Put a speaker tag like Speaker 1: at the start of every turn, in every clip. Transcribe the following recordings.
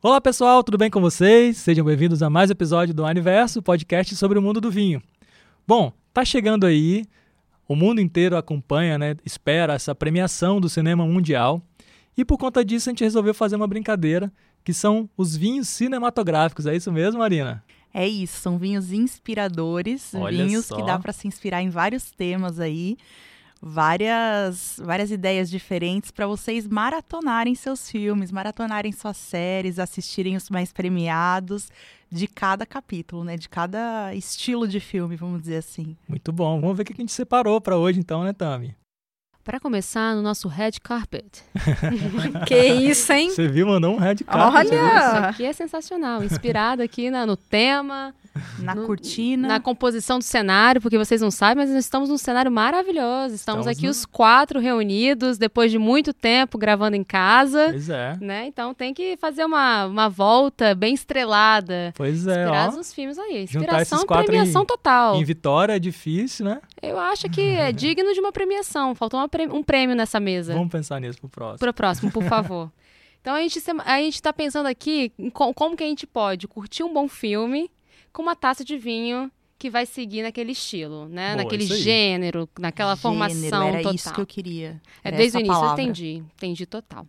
Speaker 1: Olá pessoal, tudo bem com vocês? Sejam bem-vindos a mais um episódio do Universo, podcast sobre o mundo do vinho. Bom, tá chegando aí, o mundo inteiro acompanha, né, espera essa premiação do cinema mundial. E por conta disso a gente resolveu fazer uma brincadeira, que são os vinhos cinematográficos. É isso mesmo, Marina?
Speaker 2: É isso, são vinhos inspiradores,
Speaker 1: Olha
Speaker 2: vinhos
Speaker 1: só.
Speaker 2: que dá para se inspirar em vários temas aí, várias várias ideias diferentes para vocês maratonarem seus filmes, maratonarem suas séries, assistirem os mais premiados de cada capítulo, né? De cada estilo de filme, vamos dizer assim.
Speaker 1: Muito bom. Vamos ver o que a gente separou para hoje então, né, Tami?
Speaker 3: Para começar, no nosso red carpet. que isso, hein?
Speaker 1: Você viu, mandou um red card.
Speaker 2: Olha!
Speaker 3: Isso aqui é sensacional. Inspirado aqui na- no tema,
Speaker 2: Na
Speaker 3: No-
Speaker 2: cortina.
Speaker 3: na composição do cenário, porque vocês não sabem, mas nós estamos num cenário maravilhoso.
Speaker 1: Estamos
Speaker 3: Estamos, aqui
Speaker 1: no-
Speaker 3: os quatro reunidos, depois de muito tempo gravando em casa.
Speaker 1: Pois é.
Speaker 3: Né? Então tem que fazer uma, uma volta bem estrelada.
Speaker 1: Pois é,
Speaker 3: Inspirados
Speaker 1: ó.
Speaker 3: nos filmes aí.
Speaker 1: Juntar
Speaker 3: Inspiração,
Speaker 1: esses quatro
Speaker 3: premiação
Speaker 1: em-
Speaker 3: total.
Speaker 1: Em vitória é difícil, né?
Speaker 3: Eu acho que é digno de uma premiação. Faltou uma pre- um prêmio nessa mesa.
Speaker 1: Vamos pensar nisso pro próximo.
Speaker 3: Pro próximo, por favor. Então a gente, sema- a gente tá pensando aqui em co- como que a gente pode curtir um bom filme com uma taça de vinho que vai seguir naquele estilo, né?
Speaker 1: Boa,
Speaker 3: naquele
Speaker 1: isso aí.
Speaker 3: gênero, naquela
Speaker 2: Gênero,
Speaker 3: formação
Speaker 2: era
Speaker 3: total.
Speaker 2: isso que eu queria. né?
Speaker 3: É
Speaker 2: era
Speaker 3: desde o
Speaker 2: essa
Speaker 3: início, eu
Speaker 2: palavra.
Speaker 3: entendi, entendi total.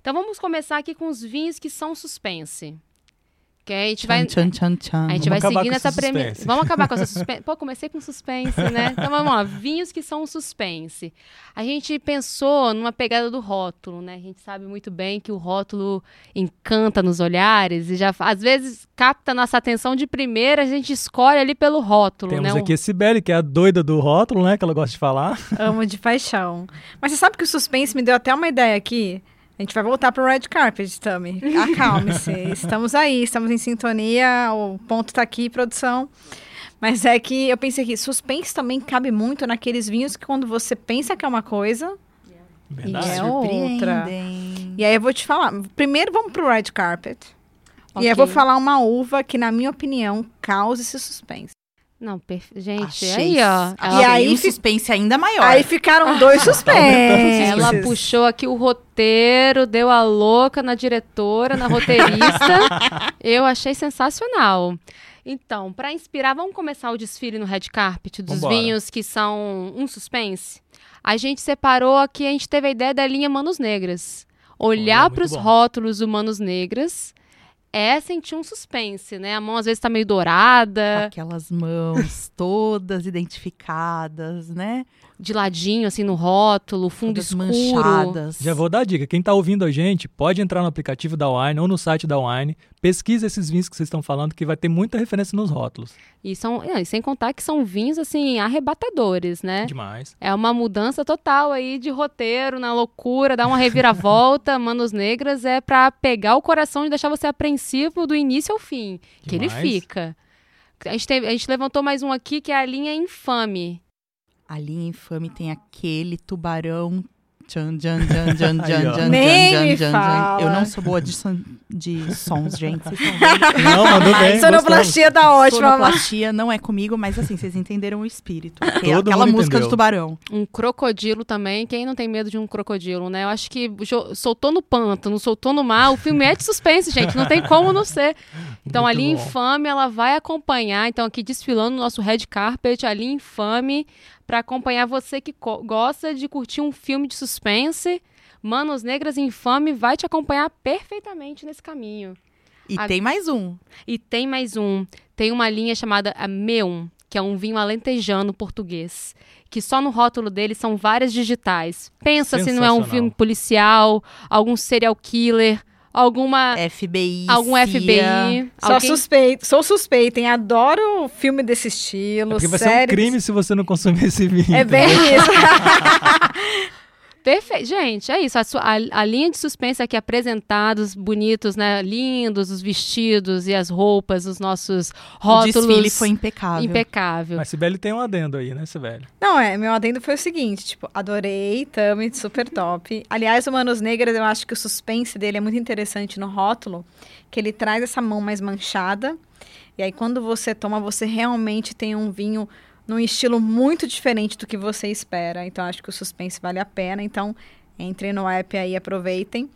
Speaker 3: Então vamos começar aqui com os vinhos que são suspense. Que a gente vai
Speaker 2: Tchan, tchan, tchan, tchan.
Speaker 3: a
Speaker 1: Vamos
Speaker 3: gente vai
Speaker 1: acabar
Speaker 3: seguir
Speaker 1: com
Speaker 3: nessa
Speaker 1: esse
Speaker 3: premissa.
Speaker 1: suspense.
Speaker 3: Vamos acabar com essa suspense. Pô, comecei com suspense, né? Então vamos lá, vinhos que são suspense. A gente pensou numa pegada do rótulo, né? A gente sabe muito bem que o rótulo encanta nos olhares e já às vezes capta nossa atenção de primeira, a gente escolhe ali pelo rótulo,
Speaker 1: Temos
Speaker 3: né?
Speaker 1: aqui a Sibeli, que é a doida do rótulo, né? Que ela gosta de falar.
Speaker 4: Amo de paixão. Mas você sabe que o suspense me deu até uma ideia aqui? A gente vai voltar pro Red Carpet, Tami. Acalme-se. estamos aí, estamos em sintonia. O ponto tá aqui, produção. Mas é que eu pensei que suspense também cabe muito naqueles vinhos que quando você pensa que é uma coisa.
Speaker 1: Verdade.
Speaker 4: é
Speaker 2: Surpreendem.
Speaker 4: outra. E aí eu vou te falar. Primeiro vamos pro Red Carpet. E aí eu
Speaker 3: Ok.
Speaker 4: vou falar uma uva que, na minha opinião, causa esse suspense.
Speaker 3: Não, perfe- gente,
Speaker 2: Achei-
Speaker 3: aí ó,
Speaker 2: achei
Speaker 3: ela,
Speaker 4: E aí
Speaker 2: um
Speaker 4: fi-
Speaker 2: suspense ainda maior.
Speaker 4: Aí ficaram dois suspenses.
Speaker 3: É, ela puxou aqui o roteiro, deu a louca na diretora, na roteirista. Eu achei sensacional. Então, para inspirar, vamos começar o desfile no red carpet dos
Speaker 1: Vambora.
Speaker 3: vinhos que são um suspense. A gente separou aqui, a gente teve a ideia da linha Manos Negras.
Speaker 1: Olha,
Speaker 3: Olhar
Speaker 1: muito
Speaker 3: para os
Speaker 1: bom.
Speaker 3: rótulos do Manos Negras é sentir um suspense, né? A mão às vezes tá meio
Speaker 1: Ah.
Speaker 3: dourada,
Speaker 2: Aquelas mãos todas identificadas, né?
Speaker 3: de ladinho assim no rótulo, fundo
Speaker 2: Todas
Speaker 3: escuro.
Speaker 2: manchadas.
Speaker 1: Já vou dar a dica. Quem tá ouvindo a gente, pode entrar no aplicativo da Wine ou no site da Wine. Pesquisa esses vinhos que vocês estão falando, que vai ter muita referência nos rótulos.
Speaker 3: E são, não, e sem contar que são vinhos assim arrebatadores, né?
Speaker 1: Demais.
Speaker 3: É uma mudança total aí de roteiro, na loucura, dá uma reviravolta, Manos Negras é pra pegar o coração e deixar você apreensivo do início ao fim, que ele
Speaker 1: Demais.
Speaker 3: fica. A gente, teve- a gente levantou mais um aqui que é a linha infame.
Speaker 2: A linha infame tem aquele tubarão. Tchan, tchan, tchan, tchan,
Speaker 1: Aí,
Speaker 2: tchan,
Speaker 1: ó.
Speaker 2: tchan,
Speaker 4: Nem
Speaker 2: tchan, tchan,
Speaker 4: me
Speaker 2: tchan.
Speaker 4: fala.
Speaker 2: Eu não sou boa de, son- de sons, gente. Vocês estão vendo?
Speaker 1: Não, mandou bem. gostamos.
Speaker 4: Sonoplastia tá ótima.
Speaker 2: Sonoplastia não é comigo, mas assim, vocês entenderam o espírito. É
Speaker 1: Todo
Speaker 2: aquela
Speaker 1: mundo
Speaker 2: música
Speaker 1: entendeu.
Speaker 2: do tubarão.
Speaker 3: Um crocodilo também. Quem não tem medo de um crocodilo, né? Eu acho que jo- soltou no pântano, soltou no mar. O filme é de suspense, gente. Não tem como não ser. Então, a
Speaker 1: Muito
Speaker 3: linha
Speaker 1: bom.
Speaker 3: infame, ela vai acompanhar. Então, aqui desfilando no nosso red carpet, a linha infame, para acompanhar você que co- gosta de curtir um filme de suspense. Manos Negras Infame vai te acompanhar perfeitamente nesse caminho.
Speaker 2: E
Speaker 3: A-
Speaker 2: tem mais um.
Speaker 3: E tem mais um. Tem uma linha chamada a Meum, que é um vinho alentejano português. Que só no rótulo dele são várias digitais. Pensa se não é um
Speaker 1: Sensacional.
Speaker 3: filme policial, algum serial killer, alguma.
Speaker 2: FBI.
Speaker 3: algum
Speaker 2: É, CIA.
Speaker 3: FBI.
Speaker 4: Só
Speaker 3: alguém-
Speaker 4: suspeito, sou suspeita, hein? Adoro filme desse
Speaker 1: É
Speaker 4: estilo,
Speaker 1: porque vai ser um
Speaker 4: séries.
Speaker 1: crime se você não consumir esse vinho.
Speaker 4: É bem isso.
Speaker 3: Perfeito. Gente, é isso. A, sua- a- a linha de suspense aqui apresentados, bonitos, né? Lindos, os vestidos e as roupas, os nossos
Speaker 2: O
Speaker 3: rótulos.
Speaker 2: desfile foi impecável.
Speaker 3: impecável.
Speaker 1: Mas Sibeli tem um adendo aí, né, Sibeli?
Speaker 4: Não, é, meu adendo foi o seguinte, tipo, adorei, Tami, super top. Aliás, o Manos Negras, eu acho que o suspense dele é muito interessante no rótulo, que ele traz essa mão mais manchada. E aí, quando você toma, você realmente tem um vinho num estilo muito diferente do que você espera. Então, acho que o suspense vale a pena. Então, entrem no app aí, aproveitem.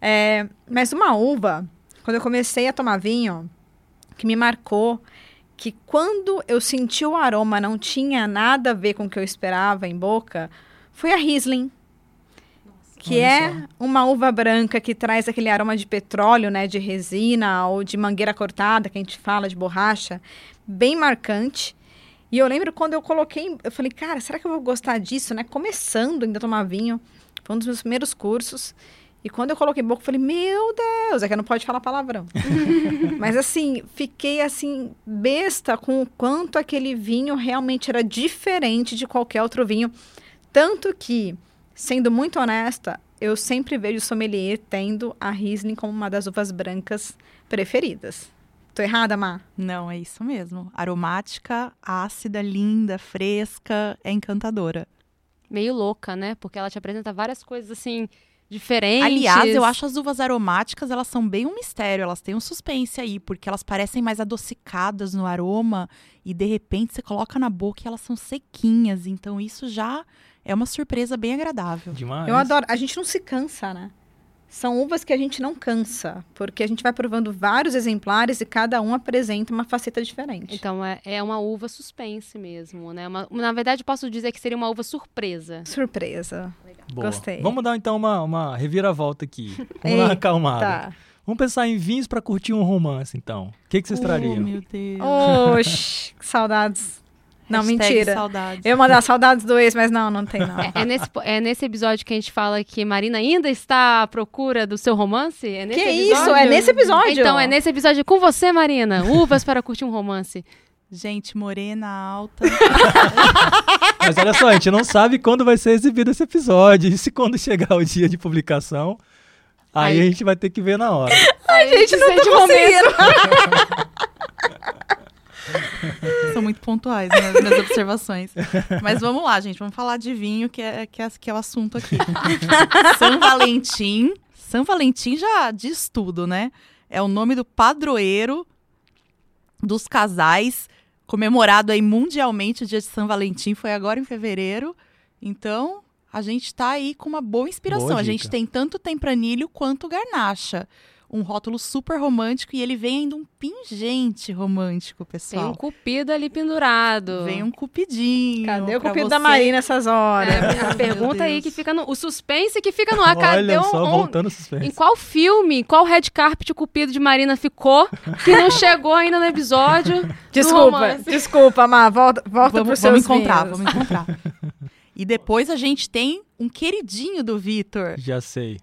Speaker 4: É, mas uma uva, quando quando eu comecei a tomar vinho, que me marcou que quando eu senti o aroma não tinha nada a ver com o que eu esperava em boca, foi a Riesling. Que
Speaker 1: olha
Speaker 4: é
Speaker 1: só.
Speaker 4: uma uva branca que traz aquele aroma de petróleo, né? De resina ou de mangueira cortada, que a gente fala, de borracha. Bem marcante. E eu lembro quando eu coloquei, eu falei, cara, será que eu vou gostar disso, né? Começando ainda a tomar vinho. Foi um dos meus primeiros cursos. E quando eu coloquei em boca, eu falei, meu Deus, é que não pode falar palavrão. Mas assim, fiquei assim, besta com o quanto aquele vinho realmente era diferente de qualquer outro vinho. Tanto que, sendo muito honesta, eu sempre vejo o sommelier tendo a Riesling como uma das uvas brancas preferidas. Tô errada, Má?
Speaker 2: Não, é isso mesmo. Aromática, ácida, linda, fresca, é encantadora.
Speaker 3: Meio louca, né? Porque ela te apresenta várias coisas assim diferentes.
Speaker 2: Aliás, eu acho as uvas aromáticas, elas são bem um mistério, elas têm um suspense aí, porque elas parecem mais adocicadas no aroma e de repente você coloca na boca e elas são sequinhas, então isso já é uma surpresa bem agradável.
Speaker 1: Demais.
Speaker 4: Eu adoro. A gente não se cansa, né? São uvas que a gente não cansa, porque a gente vai provando vários exemplares e cada um apresenta uma faceta diferente.
Speaker 3: Então é, é uma uva suspense mesmo, né? Uma- na verdade, posso dizer que seria uma uva surpresa.
Speaker 4: Surpresa.
Speaker 1: Boa.
Speaker 4: Gostei.
Speaker 1: Vamos dar então uma, uma reviravolta aqui. Vamos dar uma acalmada.
Speaker 4: Tá.
Speaker 1: Vamos pensar em vinhos para curtir um romance, então. O que, que
Speaker 3: Um
Speaker 1: vocês
Speaker 2: Oh,
Speaker 1: trariam?
Speaker 2: meu Deus.
Speaker 4: Oxi, que saudades. Não,
Speaker 2: Hashtag
Speaker 4: mentira.
Speaker 2: Saudades.
Speaker 4: Eu ia mandar saudades do ex, mas não, não tem não.
Speaker 3: É, é nesse, po- é nesse episódio que a gente fala que Marina ainda está à procura do seu romance? É nesse
Speaker 4: que
Speaker 3: episódio?
Speaker 4: isso? É nesse episódio?
Speaker 3: Então, é nesse episódio com você, Marina. Uvas para curtir um romance.
Speaker 2: Gente, morena, alta.
Speaker 1: Mas olha só, a gente não sabe quando vai ser exibido esse episódio. E se quando chegar o dia de publicação, aí,
Speaker 3: Aí.
Speaker 1: a gente vai ter que ver na hora.
Speaker 3: Ai, gente, não tá
Speaker 4: tô conseguindo.
Speaker 2: São muito pontuais né, nas observações. Mas vamos lá, gente. Vamos falar de vinho, que é, que é, que é o assunto aqui. São Valentim. São Valentim já diz tudo, né? É o nome do padroeiro dos casais, comemorado aí mundialmente. O dia de São Valentim foi agora em fevereiro. Então, a gente tá aí com uma boa inspiração.
Speaker 1: Boa
Speaker 2: a gente
Speaker 1: dica.
Speaker 2: tem tanto Tempranilho quanto Garnacha. Um rótulo super romântico e ele vem ainda um pingente romântico,
Speaker 3: Tem
Speaker 2: pessoal.
Speaker 3: um cupido ali pendurado.
Speaker 2: Vem um cupidinho.
Speaker 4: Cadê o
Speaker 2: pra
Speaker 4: cupido da
Speaker 2: você.
Speaker 4: Marina essas horas?
Speaker 3: É, a
Speaker 2: Meu
Speaker 3: pergunta aí
Speaker 2: Deus.
Speaker 3: que fica no. O suspense que fica no ar. Cadê
Speaker 1: olha
Speaker 3: um,
Speaker 1: só,
Speaker 3: um-
Speaker 1: voltando ao
Speaker 3: Em
Speaker 1: suspense.
Speaker 3: qual filme, qual red carpet o cupido de Marina ficou que não chegou ainda no episódio?
Speaker 4: Desculpa,
Speaker 3: romance.
Speaker 4: desculpa, Má, volta, volta
Speaker 2: Vamos,
Speaker 4: pros
Speaker 2: vamos
Speaker 4: seus
Speaker 2: encontrar,
Speaker 4: vinhos.
Speaker 2: vamos encontrar. E depois a gente tem um queridinho do Vitor.
Speaker 1: Já sei.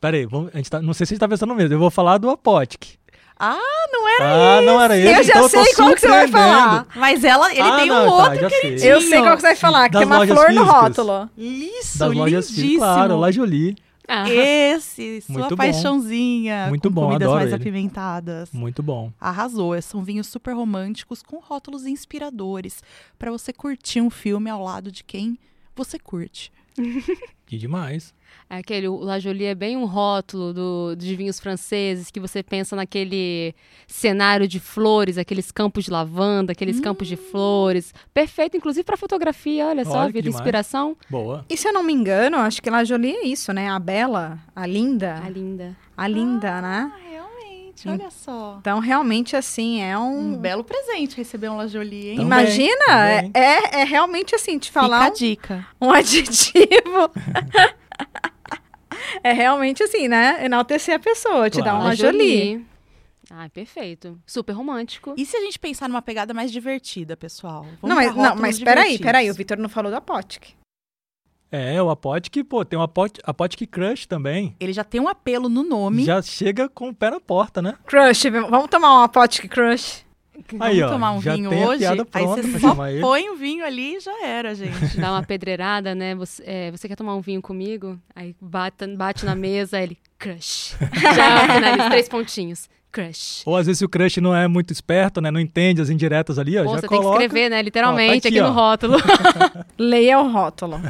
Speaker 1: Peraí, vamos, a gente tá, não sei se a gente tá pensando mesmo. Eu vou falar do Apotic.
Speaker 2: Ah,
Speaker 1: não era Ah, não era esse.
Speaker 4: Eu já
Speaker 1: então
Speaker 4: sei
Speaker 1: eu tô
Speaker 4: qual que você vai
Speaker 1: surpreendendo.
Speaker 4: falar.
Speaker 2: tá? Mas ela, ele
Speaker 1: Ah,
Speaker 2: tem
Speaker 1: não,
Speaker 2: um
Speaker 1: tá,
Speaker 2: outro
Speaker 1: já sei.
Speaker 2: queridinho.
Speaker 4: Eu sei qual que você vai falar, que
Speaker 1: Das
Speaker 4: tem uma
Speaker 1: lojas
Speaker 4: flor no
Speaker 1: físicas.
Speaker 4: rótulo.
Speaker 2: Isso,
Speaker 1: Das lojas
Speaker 2: lindíssimo.
Speaker 1: físicas, claro, Lajoli.
Speaker 3: Ah,
Speaker 2: Esse, sua
Speaker 1: Muito bom.
Speaker 2: paixãozinha.
Speaker 1: Muito
Speaker 2: com
Speaker 1: bom,
Speaker 2: comidas
Speaker 1: adoro
Speaker 2: mais
Speaker 1: ele. Hum.
Speaker 2: apimentadas.
Speaker 1: Muito bom.
Speaker 2: Arrasou. é, São vinhos super românticos com rótulos inspiradores pra você curtir um filme ao lado de quem você curte.
Speaker 1: Que demais.
Speaker 3: É Aquele, o La Jolie é bem um rótulo do, de vinhos franceses, que você pensa naquele cenário de flores, aqueles campos de lavanda, aqueles campos de
Speaker 2: Hum.
Speaker 3: flores. Perfeito, inclusive para fotografia, olha só,
Speaker 1: Olha que
Speaker 3: vida
Speaker 1: demais.
Speaker 3: inspiração.
Speaker 1: Boa.
Speaker 4: E se eu não me engano, acho que La Jolie é isso, né? A Bela, a Linda,
Speaker 3: Ah, linda.
Speaker 4: a Linda, né?
Speaker 2: Ah, realmente,
Speaker 4: olha
Speaker 2: só.
Speaker 4: Então, realmente, assim, é
Speaker 2: Um
Speaker 4: um...
Speaker 2: belo presente receber um La Jolie, hein?
Speaker 1: Também,
Speaker 4: Imagina,
Speaker 1: também.
Speaker 4: É, é- é realmente assim, te falar
Speaker 2: Fica a dica.
Speaker 4: um aditivo. é realmente assim, né? Enaltecer a pessoa, te dar
Speaker 1: Claro.
Speaker 4: uma
Speaker 3: La
Speaker 4: Jolie.
Speaker 3: Jolie. Ah, perfeito. Super romântico.
Speaker 2: E se a gente pensar numa pegada mais divertida, pessoal? Vamos
Speaker 4: Não, mas,
Speaker 2: pra
Speaker 4: não,
Speaker 2: rótulos
Speaker 4: mas peraí,
Speaker 2: divertidos.
Speaker 4: peraí, o Vitor não falou da Potic.
Speaker 1: É, o Apotic, pô, tem o Apotic, Apotic Crush também.
Speaker 2: Ele já tem um apelo no nome.
Speaker 1: Já chega com o pé na porta, né?
Speaker 4: Crush, v- vamos tomar uma Potic Crush.
Speaker 2: Vamos
Speaker 1: Aí, ó,
Speaker 2: tomar um
Speaker 1: já
Speaker 2: vinho
Speaker 1: tem a
Speaker 2: hoje.
Speaker 1: piada
Speaker 2: aí
Speaker 1: pronta
Speaker 2: você
Speaker 1: pra
Speaker 2: só
Speaker 1: chamar ele.
Speaker 2: põe o vinho ali e já era, gente.
Speaker 3: Dá uma pedreirada, né? Você, é, você quer tomar um vinho comigo? Aí bate, bate na mesa, ele, crush. Já finaliza, três pontinhos. Crush.
Speaker 1: Ou às vezes se o crush não é muito esperto, né? Não entende as indiretas ali, ó.
Speaker 3: Pô,
Speaker 1: já
Speaker 3: você tem que
Speaker 1: coloca.
Speaker 3: escrever, né? Literalmente,
Speaker 1: aqui,
Speaker 3: aqui,
Speaker 1: ó.
Speaker 3: no rótulo.
Speaker 4: Leia o rótulo.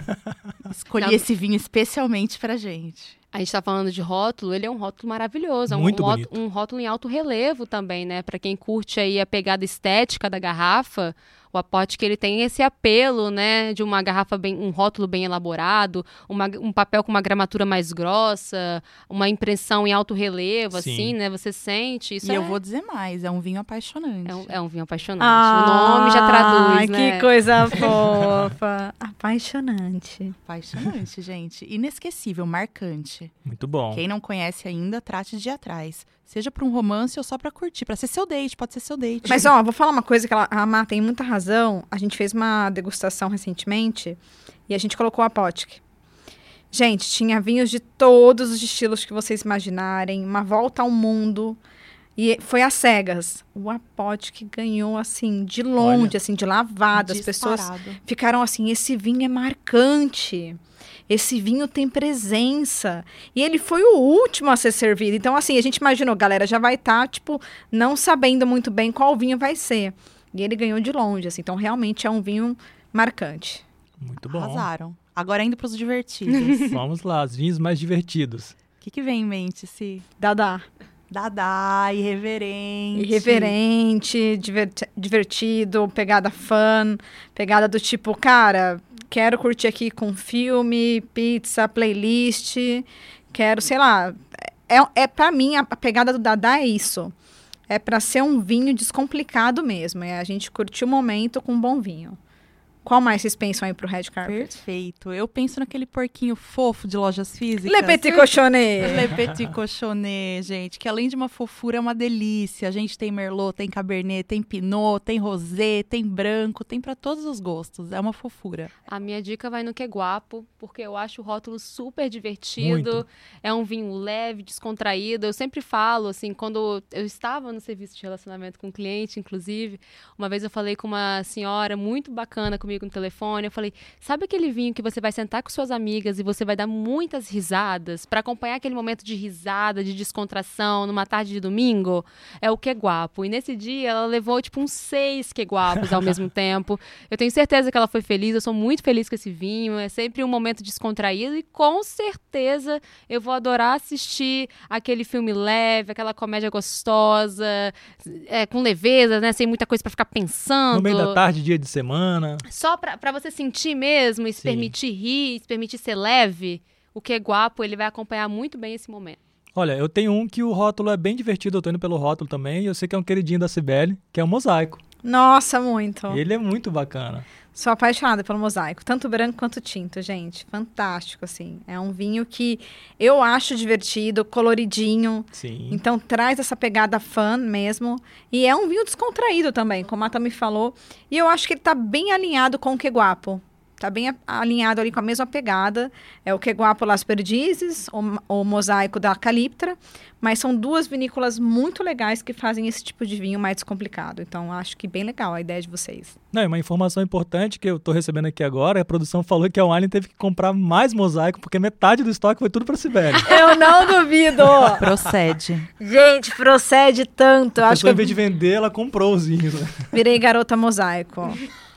Speaker 2: Escolhi
Speaker 4: tá.
Speaker 3: Não.
Speaker 2: esse vinho especialmente pra gente.
Speaker 3: A gente tá falando de rótulo, ele é um rótulo maravilhoso. É um,
Speaker 1: Muito
Speaker 3: um, rótulo,
Speaker 1: bonito.
Speaker 3: um rótulo em alto relevo também, né? Pra quem curte aí a pegada estética da garrafa, O aporte que ele tem é esse apelo, né? De uma garrafa bem, um rótulo bem elaborado, uma- um papel com uma gramatura mais grossa, uma impressão em alto relevo,
Speaker 1: Sim.
Speaker 3: assim, né? Você sente. Isso
Speaker 2: e
Speaker 3: é,
Speaker 2: eu vou dizer mais, é um vinho apaixonante.
Speaker 3: é um, é um vinho apaixonante.
Speaker 2: Ah,
Speaker 3: o nome já traduz,
Speaker 4: Ah, que
Speaker 3: né?
Speaker 4: coisa fofa. Apaixonante.
Speaker 2: Apaixonante, gente. Inesquecível, marcante.
Speaker 1: Muito bom.
Speaker 2: Quem não conhece ainda, trate de ir atrás. Seja pra um romance ou só pra curtir, Pra ser seu date, pode ser seu date.
Speaker 4: Mas, ó, vou falar uma coisa que ela, a Má tem muita razão. A gente fez uma degustação recentemente e a gente colocou a Potic. Gente, tinha vinhos de todos os estilos que vocês imaginarem, uma volta ao mundo. E foi às cegas. O Apotic ganhou, assim, de longe,
Speaker 1: Olha.
Speaker 4: assim, de lavada. As pessoas
Speaker 2: Disparado.
Speaker 4: ficaram assim: esse vinho é marcante, esse vinho tem presença. E ele foi o último a ser servido. Então, assim, a gente imaginou, galera já vai estar, tipo, não sabendo muito bem qual vinho vai ser. E ele ganhou de longe, assim. Então, realmente é um vinho marcante.
Speaker 1: Muito bom.
Speaker 2: Arrasaram. Agora indo pros divertidos.
Speaker 1: Vamos lá, os vinhos mais divertidos.
Speaker 2: O que, que vem em mente, se
Speaker 4: Dadá.
Speaker 2: Dadá, irreverente.
Speaker 4: Irreverente, diverti- divertido, pegada fã, pegada do tipo, cara, quero curtir aqui com filme, pizza, playlist, quero, sei lá. É, é para mim, a a pegada do Dadá é isso. É pra ser um vinho descomplicado mesmo. É a gente curtir o momento com um bom vinho. Qual mais vocês pensam aí pro Red Carpet?
Speaker 2: Perfeito. Eu penso naquele porquinho fofo de lojas físicas. É.
Speaker 4: Le Petit Cochonnet!
Speaker 2: Le Petit Cochonnet, gente, que além de uma fofura, é uma delícia. A gente tem Merlot, tem Cabernet, tem Pinot, tem Rosé, tem Branco, tem pra todos os gostos. É uma fofura.
Speaker 3: A minha dica vai no que guapo, porque eu acho o rótulo super divertido.
Speaker 1: Muito.
Speaker 3: É um vinho leve, descontraído. Eu sempre falo, assim, quando eu estava no serviço de relacionamento com o cliente, inclusive, uma vez eu falei com uma senhora muito bacana comigo no telefone. Eu falei: sabe aquele vinho que você vai sentar com suas amigas e você vai dar muitas risadas para acompanhar aquele momento de risada, de descontração, numa tarde de domingo? É o que guapo. E nesse dia ela levou, tipo, uns seis que guapos ao mesmo tempo. Eu tenho certeza que ela foi feliz, eu sou muito feliz com esse vinho. É sempre um momento descontraído e com certeza eu vou adorar assistir aquele filme leve, aquela comédia gostosa, é, com leveza, né? Sem muita coisa pra ficar pensando.
Speaker 1: No meio da tarde, dia de semana.
Speaker 3: Só pra, pra você sentir mesmo e se
Speaker 1: Sim.
Speaker 3: permitir rir, se permitir ser leve. O que é guapo, ele vai acompanhar muito bem esse momento.
Speaker 1: Olha, eu tenho um que o rótulo é bem divertido, eu tô indo pelo rótulo também, e eu sei que é um queridinho da Cibele, que é o Mosaico.
Speaker 4: Nossa, muito!
Speaker 1: Ele é muito bacana.
Speaker 4: Sou apaixonada pelo mosaico, tanto branco quanto tinto, gente. Fantástico, assim. É um vinho que eu acho divertido, coloridinho.
Speaker 1: Sim.
Speaker 4: Então traz essa pegada fã mesmo. E é um vinho descontraído também, como a Tami falou. E eu acho que ele tá bem alinhado com o Queguapo. Tá bem a- alinhado ali com a mesma pegada. É o Queguapo Las Perdizes, o, m- o mosaico da Caliptra. Mas são duas vinícolas muito legais que fazem esse tipo de vinho mais descomplicado. Então acho que bem legal a ideia de vocês.
Speaker 1: Não, e uma informação importante que eu tô recebendo aqui agora, é a produção falou que a Wine teve que comprar mais mosaico, porque metade do estoque foi tudo pra Cibele.
Speaker 4: Eu não duvido!
Speaker 2: Procede.
Speaker 4: Gente, procede tanto. Eu
Speaker 1: A
Speaker 4: acho que
Speaker 1: pessoa,
Speaker 4: eu
Speaker 1: em vez de vender, ela comprou os vinhos. né?
Speaker 4: virei garota mosaico.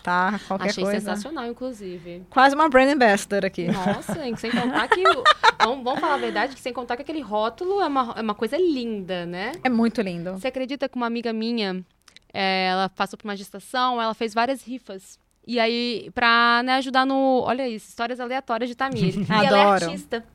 Speaker 4: Tá? Qualquer
Speaker 3: Achei
Speaker 4: coisa.
Speaker 3: sensacional, inclusive.
Speaker 4: Quase uma brand ambassador aqui.
Speaker 3: Nossa, hein, sem contar que. o- vamos, vamos falar a verdade, que sem contar que aquele rótulo é uma, é uma coisa linda, né?
Speaker 4: É muito lindo.
Speaker 3: Você acredita que uma amiga minha, eh, ela passou por uma gestação, ela fez várias rifas. E aí, pra né, ajudar no. Olha isso, histórias aleatórias de Tamir. E ela é
Speaker 4: Adoro.
Speaker 3: artista.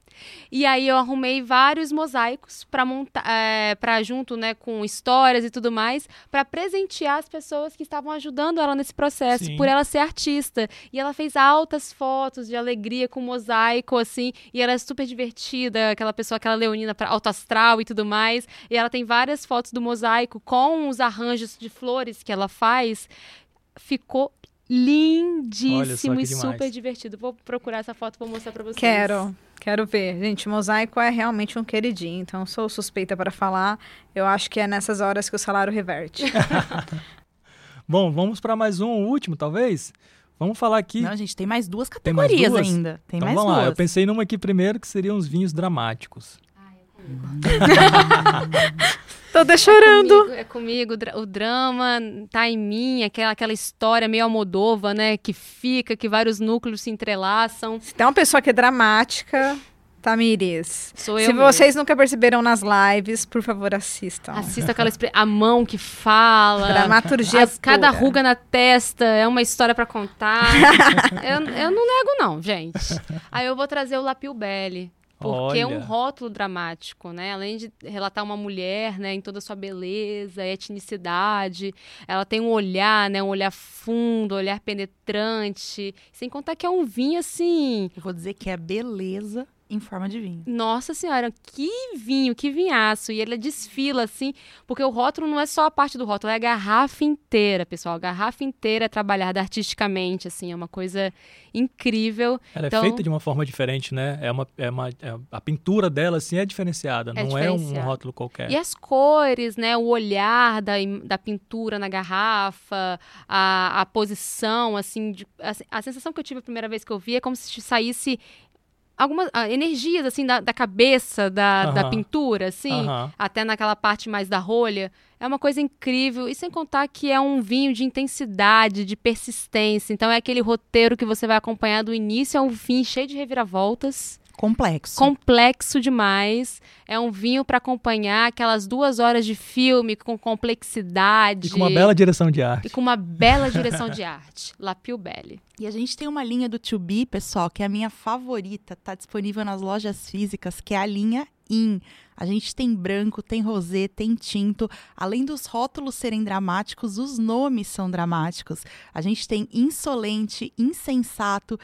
Speaker 3: E aí eu arrumei vários mosaicos pra montar, eh, pra junto, né, com histórias e tudo mais, pra presentear as pessoas que estavam ajudando ela nesse processo,
Speaker 1: Sim.
Speaker 3: por ela ser artista. E ela fez altas fotos de alegria com mosaico, assim, e ela é super divertida, aquela pessoa, aquela leonina pra, alto astral e tudo mais. E ela tem várias fotos do mosaico com os arranjos de flores que ela faz. Ficou
Speaker 1: Olha só
Speaker 3: lindíssimo
Speaker 1: que
Speaker 3: e
Speaker 1: demais.
Speaker 3: super divertido. Vou procurar essa foto, vou mostrar pra vocês.
Speaker 4: Quero. Quero ver. Gente, o mosaico é realmente um queridinho, então sou suspeita para falar. Eu acho que é nessas horas que o salário reverte.
Speaker 1: Bom, vamos pra mais um, o último, talvez? Vamos falar aqui.
Speaker 2: Não, gente, tem mais duas
Speaker 1: Tem mais
Speaker 2: categorias
Speaker 1: duas?
Speaker 2: ainda. Tem
Speaker 1: então
Speaker 2: mais
Speaker 1: vamos
Speaker 2: duas.
Speaker 1: lá, eu pensei numa aqui primeiro, que seriam os vinhos dramáticos.
Speaker 4: Tô até chorando.
Speaker 3: Comigo- é comigo, dra- o drama tá em mim, aquela, aquela história meio almodova, né? Que fica, que vários núcleos se entrelaçam.
Speaker 4: Se tem uma pessoa que é dramática, Tamires.
Speaker 3: Sou eu.
Speaker 4: Se
Speaker 3: mesma.
Speaker 4: vocês nunca perceberam nas lives, por favor, assistam.
Speaker 3: Assista aquela expre- a mão que fala.
Speaker 4: Dramaturgia.
Speaker 3: as- cada
Speaker 4: pura.
Speaker 3: ruga na testa é uma história pra contar. eu, eu não nego, não, gente. Aí eu vou trazer o Lapio Belli. Porque é um
Speaker 1: Olha.
Speaker 3: rótulo dramático, né? Além de relatar uma mulher, né, em toda a sua beleza, etnicidade, ela tem um olhar, né, um olhar fundo, um olhar penetrante, sem contar que é um vinho assim,
Speaker 2: Eu vou dizer que é beleza em forma de vinho.
Speaker 3: nossa senhora, que vinho, que vinhaço. E ele desfila assim, porque o rótulo não é só a parte do rótulo, é a garrafa inteira, pessoal. A garrafa inteira é trabalhada artisticamente, assim, é uma coisa incrível.
Speaker 1: Ela
Speaker 3: Então-
Speaker 1: é feita de uma forma diferente, né? É uma, é uma, é- a pintura dela, assim, é diferenciada. não é um
Speaker 3: diferenciada.
Speaker 1: rótulo qualquer.
Speaker 3: E as cores, né? O olhar da, im- da pintura na garrafa, a, a posição, assim, de- a, se- a sensação que eu tive a primeira vez que eu vi é como se saísse algumas ah, energias, assim, da, da cabeça, da, da
Speaker 1: Aham.
Speaker 3: pintura, assim.
Speaker 1: Aham.
Speaker 3: até naquela parte mais da rolha. É uma coisa incrível. E sem contar que é um vinho de intensidade, de persistência. Então é aquele roteiro que você vai acompanhar do início ao fim, cheio de reviravoltas,
Speaker 2: Complexo.
Speaker 3: complexo demais. É um vinho para acompanhar aquelas duas horas de filme com complexidade.
Speaker 1: E com uma bela direção de arte.
Speaker 3: E com uma bela direção de arte. Lapio Belli.
Speaker 2: E a gente tem uma linha do To Be, pessoal, que é a minha favorita, tá disponível nas lojas físicas, que é a linha IN. A gente tem branco, tem rosé, tem tinto. Além dos rótulos serem dramáticos, os nomes são dramáticos. A gente tem insolente, insensato,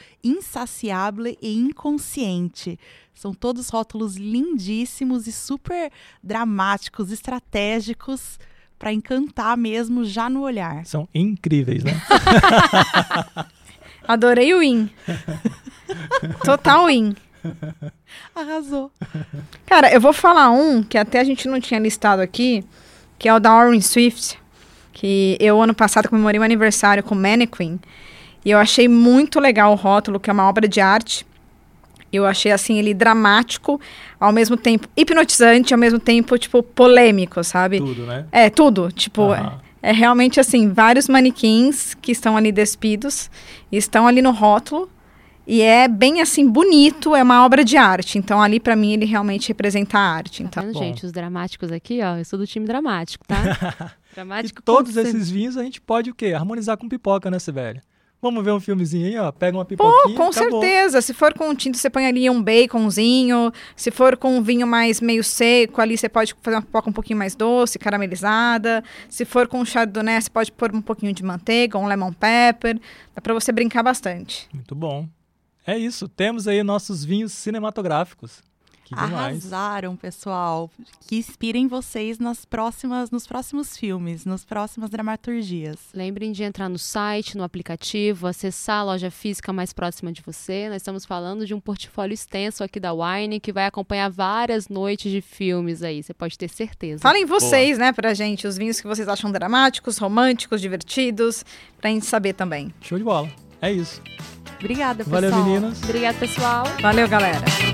Speaker 2: insaciável e inconsciente. São todos rótulos lindíssimos e super dramáticos, estratégicos para encantar mesmo já no olhar.
Speaker 1: São incríveis, né?
Speaker 4: Adorei o in. Total in.
Speaker 2: Arrasou.
Speaker 4: Cara, eu vou falar um que até a gente não tinha listado aqui, que é o da Orange Swift, que eu ano passado comemorei meu aniversário com Mannequin, e eu achei muito legal o rótulo, que é uma obra de arte. Eu achei assim ele dramático, ao mesmo tempo hipnotizante, ao mesmo tempo tipo polêmico, sabe?
Speaker 1: Tudo, né?
Speaker 4: É tudo, tipo,
Speaker 1: Aham.
Speaker 4: é realmente assim, vários manequins que estão ali despidos, estão ali no rótulo, e é bem assim bonito, é uma obra de arte. Então ali pra mim ele realmente representa a arte,
Speaker 3: Tá
Speaker 4: então.
Speaker 3: vendo,
Speaker 1: bom.
Speaker 3: gente? Os dramáticos aqui, ó. Eu sou do time dramático, tá?
Speaker 1: E
Speaker 3: dramático. com
Speaker 1: todos
Speaker 3: certeza.
Speaker 1: esses vinhos a gente pode o quê? Harmonizar com pipoca, né, Sibeli? Vamos ver um filmezinho aí, ó. Pega uma
Speaker 4: Pô,
Speaker 1: pipoquinha.
Speaker 4: com
Speaker 1: acabou.
Speaker 4: certeza, se for com tinto você põe ali um baconzinho, se for com um vinho mais meio seco ali você pode fazer uma pipoca um pouquinho mais doce, caramelizada. Se for com chardonnay você pode pôr um pouquinho de manteiga, um lemon pepper, dá pra você brincar bastante.
Speaker 1: Muito bom. É isso. Temos aí nossos vinhos cinematográficos. Que demais.
Speaker 2: Arrasaram, pessoal. Que inspirem vocês nas próximas, nos próximos filmes, nas próximas dramaturgias.
Speaker 3: Lembrem de entrar no site, no aplicativo, acessar a loja física mais próxima de você. Nós estamos falando de um portfólio extenso aqui da Wine que vai acompanhar várias noites de filmes aí, você pode ter certeza.
Speaker 4: Falem vocês, né, pra gente, os vinhos que vocês acham dramáticos, românticos, divertidos, pra gente saber também.
Speaker 1: Show de bola. É isso.
Speaker 2: Obrigada, pessoal.
Speaker 1: Valeu, meninas.
Speaker 3: Obrigada, pessoal.
Speaker 4: Valeu, galera!